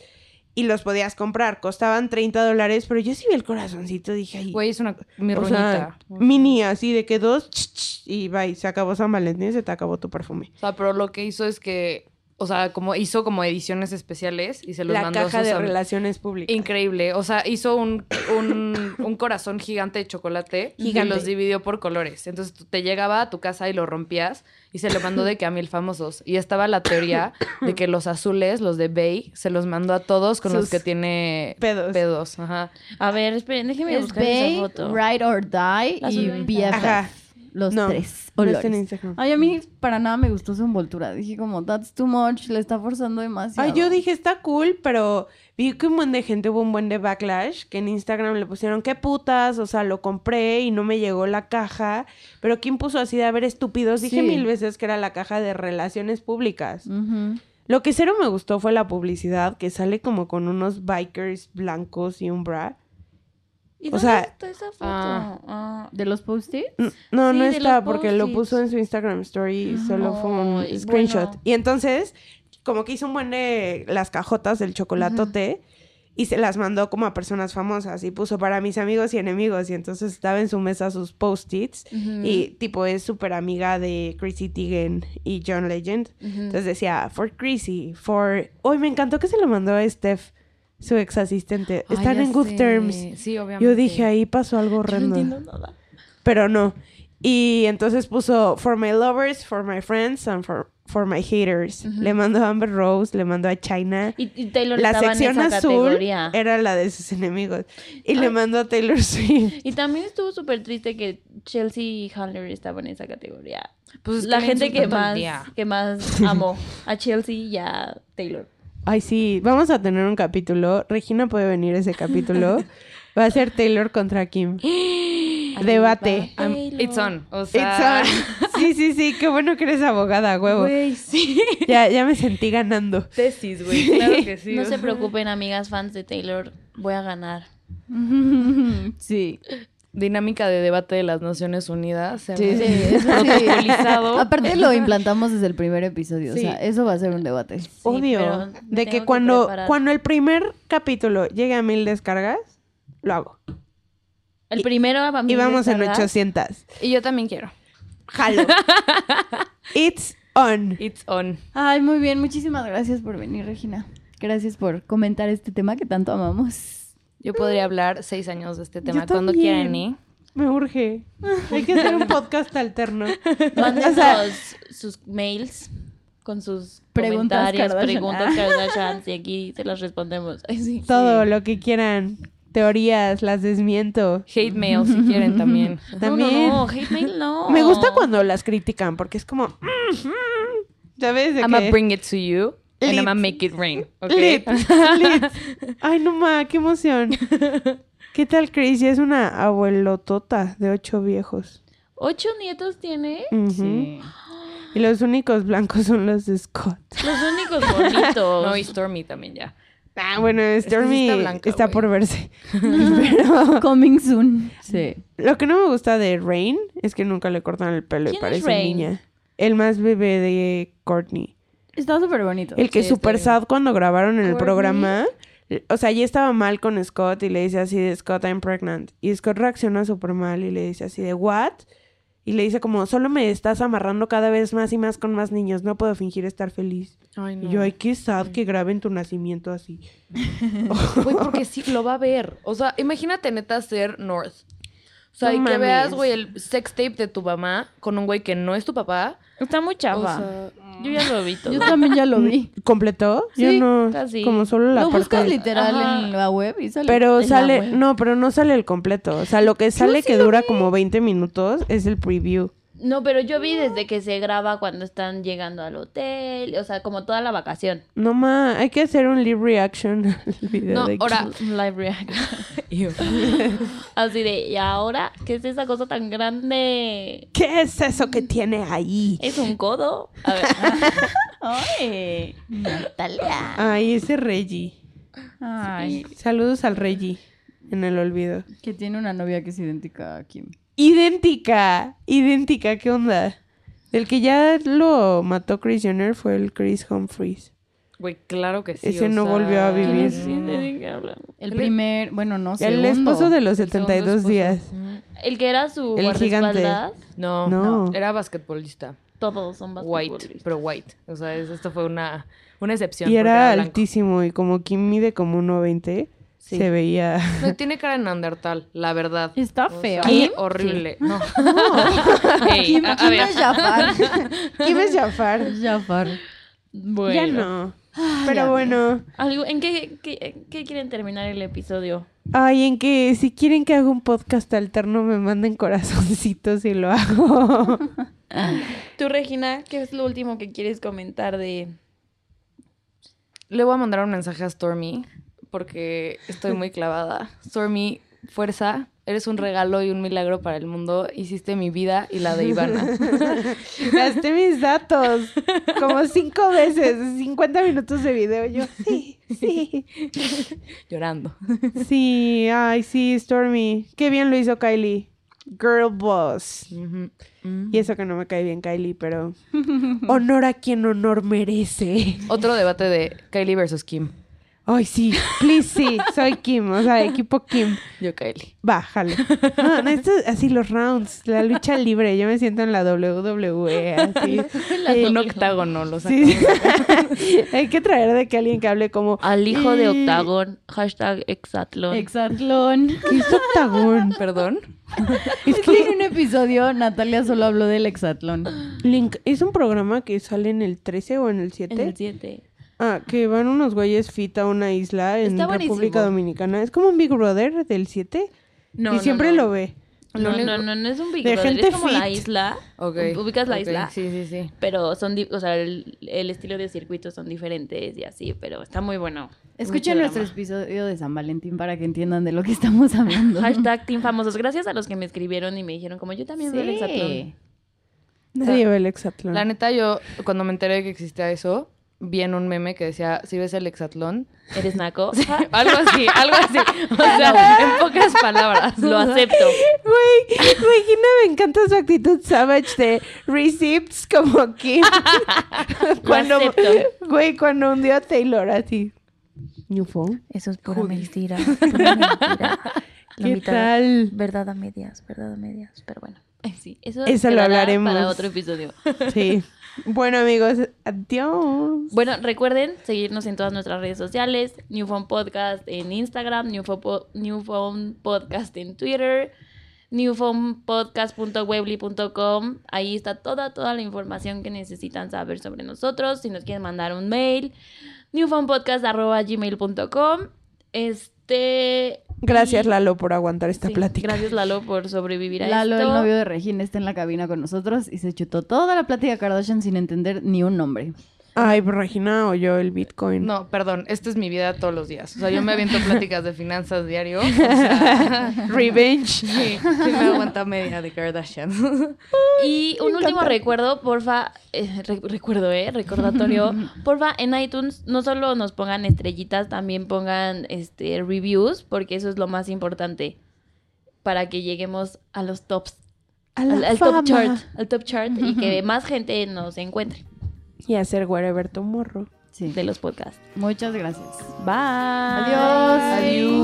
Speaker 2: y los podías comprar. Costaban 30 dólares, pero yo sí vi el corazoncito, dije, ay,
Speaker 3: Güey, es una mi
Speaker 2: o
Speaker 3: ruñita.
Speaker 2: sea, mm. mini, así de que dos, ch, ch, y bye, se acabó San Valentín, se te acabó tu perfume.
Speaker 3: O sea, pero lo que hizo es que, o sea, como hizo como ediciones especiales y se los
Speaker 2: La
Speaker 3: mandó
Speaker 2: caja
Speaker 3: a sus
Speaker 2: de
Speaker 3: am-
Speaker 2: relaciones públicas.
Speaker 3: Increíble. O sea, hizo un, un, un corazón gigante de chocolate
Speaker 2: Gigante.
Speaker 3: y los dividió por colores. Entonces tú- te llegaba a tu casa y lo rompías y se lo mandó de que a mil famosos. Y estaba la teoría de que los azules, los de Bay, se los mandó a todos con
Speaker 2: Sus
Speaker 3: los que tiene
Speaker 2: pedos.
Speaker 3: Ajá.
Speaker 5: A ver, esperen, déjenme
Speaker 4: Es
Speaker 5: buscar esa
Speaker 4: babe,
Speaker 5: foto.
Speaker 4: ride or die
Speaker 5: La
Speaker 4: y
Speaker 5: subió en
Speaker 4: BFF.
Speaker 2: Instagram. Ajá.
Speaker 4: Los
Speaker 2: No,
Speaker 4: tres
Speaker 2: no
Speaker 4: olores.
Speaker 2: está en Instagram.
Speaker 4: Ay, a mí para nada me gustó su envoltura. Dije como, that's too much, le está forzando demasiado.
Speaker 2: Ay, yo dije, está cool, pero vi que un buen de gente hubo un buen de backlash, que en Instagram le pusieron, qué putas, o sea, lo compré y no me llegó la caja, pero ¿quién puso así de haber estúpidos? Dije
Speaker 4: Sí.
Speaker 2: mil veces que era la caja de relaciones públicas.
Speaker 4: Ujú.
Speaker 2: Lo que cero me gustó fue la publicidad, que sale como con unos bikers blancos y un bra.
Speaker 5: ¿Y
Speaker 2: O
Speaker 5: dónde
Speaker 2: sea-
Speaker 5: está esa foto?
Speaker 3: Ah.
Speaker 5: Ah.
Speaker 4: ¿De los post-it?
Speaker 2: N- No,
Speaker 5: Sí,
Speaker 2: no
Speaker 5: de
Speaker 2: está,
Speaker 5: los
Speaker 2: porque lo
Speaker 5: post-its.
Speaker 2: puso en su Instagram Story, y solo fue un
Speaker 5: Ay,
Speaker 2: screenshot.
Speaker 5: bueno.
Speaker 2: Y entonces, como que hizo un buen de las cajotas del chocolatote y se las mandó como a personas famosas y puso para mis amigos y enemigos. Y entonces estaba en su mesa sus post-its
Speaker 5: Ujú.
Speaker 2: y tipo es súper amiga de Chrissy Teigen y John Legend.
Speaker 5: Ujú.
Speaker 2: Entonces decía, for Chrissy, for... Hoy me encantó que se lo mandó a Steph, su ex asistente.
Speaker 3: Ay,
Speaker 2: Están
Speaker 3: ya
Speaker 2: en good
Speaker 3: sé.
Speaker 2: terms.
Speaker 3: Sí, obviamente.
Speaker 2: Yo dije, ahí pasó algo
Speaker 5: Yo no
Speaker 2: horrendo
Speaker 5: entiendo nada.
Speaker 2: pero no. Y entonces puso For My Lovers, For My Friends and For, for My Haters. Le mandó a Amber Rose, le mandó a China.
Speaker 5: Y, y Taylor
Speaker 2: la
Speaker 5: estaba
Speaker 2: sección
Speaker 5: en esa
Speaker 2: azul
Speaker 5: categoría.
Speaker 2: era la de sus enemigos. Y le mandó a Taylor Swift.
Speaker 5: Y también estuvo súper triste que Chelsea y Handler estaban en esa categoría.
Speaker 3: Pues es
Speaker 5: la
Speaker 3: le
Speaker 5: gente que
Speaker 3: insultó todo el
Speaker 5: más,
Speaker 3: día.
Speaker 5: que más amó a Chelsea y a Taylor.
Speaker 2: Ay, sí, vamos a tener un capítulo. Regina puede venir ese capítulo. Va a ser Taylor contra Kim. Debate.
Speaker 5: Ay, Taylor.
Speaker 3: It's on. O
Speaker 2: It's
Speaker 3: sea,
Speaker 2: on. Sí, sí, sí. Qué bueno que eres abogada, huevo.
Speaker 5: Güey, sí.
Speaker 2: Ya, ya me sentí ganando.
Speaker 3: Tesis, güey. Claro que sí.
Speaker 5: No
Speaker 3: o
Speaker 5: se
Speaker 3: sea.
Speaker 5: preocupen, amigas fans de Taylor. Voy a ganar.
Speaker 4: Sí.
Speaker 3: Dinámica de debate de las Naciones Unidas. se
Speaker 4: Sí,
Speaker 3: llama.
Speaker 4: sí, eso sí.
Speaker 3: Protocolizado.
Speaker 4: Aparte lo implantamos desde el primer episodio,
Speaker 3: Sí.
Speaker 4: o sea, eso va a ser un debate.
Speaker 5: Sí, pero
Speaker 2: Obvio.
Speaker 5: me
Speaker 2: De
Speaker 5: tengo
Speaker 2: que cuando,
Speaker 5: preparar.
Speaker 2: cuando el primer capítulo llegue a mil descargas, lo hago.
Speaker 5: El primero a mí
Speaker 2: Y
Speaker 5: me
Speaker 2: vamos en
Speaker 5: descarga.
Speaker 2: 800.
Speaker 3: Y yo también quiero.
Speaker 2: Jalo. It's on.
Speaker 3: It's on.
Speaker 4: Ay, muy bien, muchísimas gracias por venir, Regina. Gracias por comentar este tema que tanto amamos.
Speaker 3: Yo podría hablar seis años de este tema
Speaker 2: Yo
Speaker 3: cuando
Speaker 2: también.
Speaker 3: quieran, ¿eh?
Speaker 2: Me urge. Hay que hacer un podcast alterno.
Speaker 5: Manden
Speaker 2: O sea-
Speaker 5: sus- sus mails con sus
Speaker 4: Preguntas
Speaker 5: comentarios,
Speaker 4: Kardashian.
Speaker 5: preguntas Kardashian y aquí se las respondemos. Ay, sí.
Speaker 2: Ah. Todo lo que quieran. Teorías, las desmiento.
Speaker 3: Hate mail si quieren también.
Speaker 2: También.
Speaker 5: No, no, no, hate mail no.
Speaker 2: Me gusta cuando las critican porque es como. "Mm, mm", ¿Sabes? De
Speaker 3: I'ma
Speaker 2: que-
Speaker 3: bring it to you and
Speaker 2: Lit.
Speaker 3: I'ma make it rain. ¿ok?
Speaker 2: Lit, lit. Ay, no ma, qué emoción. ¿Qué tal, Chris? Ya es una abuelotota de ocho viejos.
Speaker 5: ¿Ocho nietos tiene?
Speaker 2: Ujú.
Speaker 4: Sí.
Speaker 2: Y los únicos blancos son los de Scott.
Speaker 5: Los únicos bonitos.
Speaker 3: No, y Stormy también ya.
Speaker 2: Ah, bueno,
Speaker 3: que sí
Speaker 2: Stormy
Speaker 3: está
Speaker 2: está,
Speaker 3: blanca, güey.
Speaker 2: por verse. Pero
Speaker 4: Coming soon. Sí.
Speaker 2: lo que no me gusta de Rain es que nunca le cortan el pelo y
Speaker 5: ¿Quién es
Speaker 2: parece
Speaker 5: Rain?
Speaker 2: niña. El más bebé de Courtney.
Speaker 4: Está súper bonito.
Speaker 2: El que
Speaker 3: Sí,
Speaker 2: super
Speaker 3: está bien.
Speaker 2: sad cuando grabaron el
Speaker 5: Courtney.
Speaker 2: programa. O sea, ya estaba mal con Scott y le dice así de Scott, I'm pregnant. Y Scott reacciona súper mal y le dice así de What? Y le dice como, solo me estás amarrando cada vez más y más con más niños. No puedo fingir estar feliz.
Speaker 3: Ay,
Speaker 2: Y yo, ay, qué sad que graben tu nacimiento así.
Speaker 3: Güey, porque sí, lo va a ver. O sea, imagínate neta ser North. O sea,
Speaker 2: No
Speaker 3: y que
Speaker 2: mames.
Speaker 3: veas, güey, el sex tape de tu mamá con un güey que no es tu papá.
Speaker 5: Está muy
Speaker 3: O
Speaker 5: chava.
Speaker 3: sea,
Speaker 5: Yo ya lo vi todo.
Speaker 4: Yo también ya lo vi.
Speaker 2: ¿Completó?
Speaker 4: Sí,
Speaker 2: yo no.
Speaker 5: casi.
Speaker 2: Como solo la
Speaker 4: Lo
Speaker 2: parte
Speaker 4: buscas
Speaker 2: de-
Speaker 4: literal
Speaker 5: Ajá.
Speaker 4: en la web y sale.
Speaker 2: Pero
Speaker 5: en la
Speaker 2: sale,
Speaker 5: web.
Speaker 2: no, pero no sale el completo. O sea, lo que sale que dura como 20 minutos es el preview.
Speaker 5: No, pero yo vi desde que se graba cuando están llegando al hotel, o sea, como toda la vacación.
Speaker 2: No ma, hay que hacer un live reaction al video
Speaker 3: No,
Speaker 2: de
Speaker 3: ahora-
Speaker 5: Un Live reaction. Así de, ¿y ahora qué es esa cosa tan grande?
Speaker 2: ¿Qué es eso que tiene ahí?
Speaker 5: ¿Es un codo? A ver. eh,
Speaker 4: ¡Ay! Natalia.
Speaker 2: Ay, ese Reggie.
Speaker 4: Ay.
Speaker 2: Saludos al Reggie en el olvido.
Speaker 4: Que tiene una novia que es idéntica a Kim.
Speaker 2: Idéntica, idéntica, ¿qué onda? El que ya lo mató Chris Jenner fue el Chris Humphries.
Speaker 3: Güey, claro que sí.
Speaker 2: Ese
Speaker 3: o
Speaker 2: no
Speaker 3: sea,
Speaker 2: volvió a vivir.
Speaker 5: ¿Quién es
Speaker 3: no.
Speaker 5: ese? ¿De qué hablan?
Speaker 4: El
Speaker 3: El-
Speaker 4: primer, bueno, no,
Speaker 2: El
Speaker 4: segundo.
Speaker 2: esposo de los
Speaker 3: El segundo
Speaker 2: 72
Speaker 3: esposo.
Speaker 2: días.
Speaker 5: El que era su
Speaker 2: El gigante.
Speaker 5: guardaespaldas.
Speaker 3: No,
Speaker 2: No.
Speaker 3: no, era basquetbolista.
Speaker 5: Todos son
Speaker 3: White,
Speaker 5: basquetbolistas.
Speaker 3: pero white. O sea, es- esto fue una, una excepción.
Speaker 2: Y
Speaker 3: porque
Speaker 2: era
Speaker 3: blanco.
Speaker 2: altísimo y como Kim mide como 1.20,
Speaker 3: Sí.
Speaker 2: se veía...
Speaker 3: No, tiene cara de neandertal, la verdad.
Speaker 4: Está
Speaker 3: O sea,
Speaker 4: feo.
Speaker 3: Horrible. No.
Speaker 4: Kim,
Speaker 3: Ey, a, a
Speaker 4: Kim
Speaker 3: ver.
Speaker 4: es Jafar.
Speaker 2: Kim es Jafar.
Speaker 4: Jafar.
Speaker 5: Bueno.
Speaker 2: Ya no.
Speaker 3: Ah,
Speaker 2: Pero bueno,
Speaker 5: Algo- ¿En qué, qué- en qué quieren terminar el episodio?
Speaker 2: ay, en que si quieren que haga un podcast alterno me manden corazoncitos y lo hago.
Speaker 5: Tú, Regina, ¿qué es lo último que quieres comentar de...?
Speaker 3: Le voy a mandar un mensaje a Stormy porque estoy muy clavada. Stormy, fuerza. Eres un regalo y un milagro para el mundo. Hiciste mi vida y la de Ivana.
Speaker 2: Gasté mis datos como cinco veces, 50 minutos de video. Yo, sí, sí.
Speaker 3: Llorando.
Speaker 2: Sí, ay, sí, Stormy. Qué bien lo hizo Kylie. Girl boss.
Speaker 3: Ujú.
Speaker 2: Y eso que no me cae bien Kylie, pero honor a quien honor merece.
Speaker 3: Otro debate de Kylie versus Kim.
Speaker 2: Ay, sí, please, sí, soy Kim, o sea, equipo Kim.
Speaker 3: Yo, Kylie.
Speaker 2: Bájale. No, no, esto es así los rounds, la lucha libre. Yo me siento en la WWE, así. Eh,
Speaker 3: Un octágono, lo saco.
Speaker 2: Sí. Hay que traer de que alguien que hable como.
Speaker 5: Al hijo de
Speaker 2: "Y-
Speaker 5: Octagón, hashtag Exatlón.
Speaker 4: Exatlón.
Speaker 2: ¿Qué es octagón?
Speaker 3: Perdón.
Speaker 4: Es que en un episodio Natalia solo habló del hexatlón.
Speaker 2: Link, ¿es un programa que sale en el 13 o en el 7?
Speaker 5: en el 7.
Speaker 2: Ah, que van unos güeyes fit a una isla en
Speaker 3: Está buenísimo.
Speaker 2: República Dominicana. Es como un Big Brother del 7
Speaker 5: No,
Speaker 2: y
Speaker 5: no,
Speaker 2: siempre
Speaker 5: no.
Speaker 2: lo ve.
Speaker 5: No,
Speaker 3: Lo único-
Speaker 5: no, no, no es un Big
Speaker 2: De
Speaker 5: Brother,
Speaker 2: gente
Speaker 5: es como la
Speaker 2: fit.
Speaker 5: isla.
Speaker 3: Ok.
Speaker 5: Ubicas la
Speaker 3: ok,
Speaker 5: isla.
Speaker 3: Sí, sí, sí.
Speaker 5: Pero son, di- o sea, el, el estilo de circuitos son diferentes y así, pero está muy bueno.
Speaker 4: Escuchen
Speaker 5: Mucho
Speaker 4: nuestro
Speaker 5: drama.
Speaker 4: episodio de San Valentín para que entiendan de lo que estamos hablando.
Speaker 5: Hashtag Team Famosos. Gracias a los que me escribieron y me dijeron como yo también veo el hexatlón.
Speaker 4: Sí.
Speaker 2: Nadie ve el hexatlón.
Speaker 3: La neta, yo cuando me enteré que existía eso, vi en un meme que decía, si ves el hexatlón,
Speaker 5: ¿Eres naco?
Speaker 3: algo así, algo así. O sea, en pocas palabras.
Speaker 5: Lo
Speaker 3: O sea,
Speaker 5: acepto.
Speaker 2: Güey, güey, Jimena, me encanta su actitud savage de receipts como Kim. cuando,
Speaker 5: acepto.
Speaker 2: güey, cuando hundió a Taylor así. New
Speaker 6: Eso es pura mentira. pura mentira. La
Speaker 2: ¿Qué
Speaker 6: mitad-
Speaker 2: tal?
Speaker 6: Verdad a medias, verdad a medias. Pero bueno.
Speaker 5: Ay, Sí, eso
Speaker 2: Eso lo
Speaker 5: quedará
Speaker 2: hablaremos.
Speaker 5: para otro episodio.
Speaker 2: Sí. Bueno, amigos, adiós.
Speaker 5: Bueno, recuerden seguirnos en todas nuestras redes sociales, New Phone Podcast en Instagram, New Phone, Po- New Phone Podcast en Twitter, newphonepodcast.webly.com. Ahí está toda, toda la información que necesitan saber sobre nosotros. Si nos quieren mandar un mail, newphonepodcast.gmail.com. Este...
Speaker 2: Gracias,
Speaker 5: y-
Speaker 2: Lalo, por aguantar esta
Speaker 5: sí,
Speaker 2: plática.
Speaker 5: Gracias, Lalo, por sobrevivir a
Speaker 4: Lalo,
Speaker 5: esto.
Speaker 4: el novio de Regina, está en la cabina con nosotros y se chutó toda la plática Kardashian sin entender ni un nombre.
Speaker 2: Ay, pero Regina oyó el Bitcoin.
Speaker 3: No, perdón, esta es mi vida todos los días. O sea, yo me aviento pláticas de finanzas diario. O sea,
Speaker 2: Revenge.
Speaker 3: sí, sí me aguanta media de Kardashian.
Speaker 5: Y un último recuerdo, porfa, eh, re- recuerdo, ¿eh? Recordatorio. Porfa, en iTunes no solo nos pongan estrellitas, también pongan este reviews, porque eso es lo más importante para que lleguemos a los tops,
Speaker 2: A
Speaker 5: al,
Speaker 2: la
Speaker 5: al
Speaker 2: fama.
Speaker 5: top chart, al top chart y que más gente nos encuentre
Speaker 2: Y hacer wherever tomorrow.
Speaker 4: Sí.
Speaker 5: de los podcasts.
Speaker 4: Muchas gracias.
Speaker 5: Bye.
Speaker 4: Adiós.
Speaker 3: Adiós.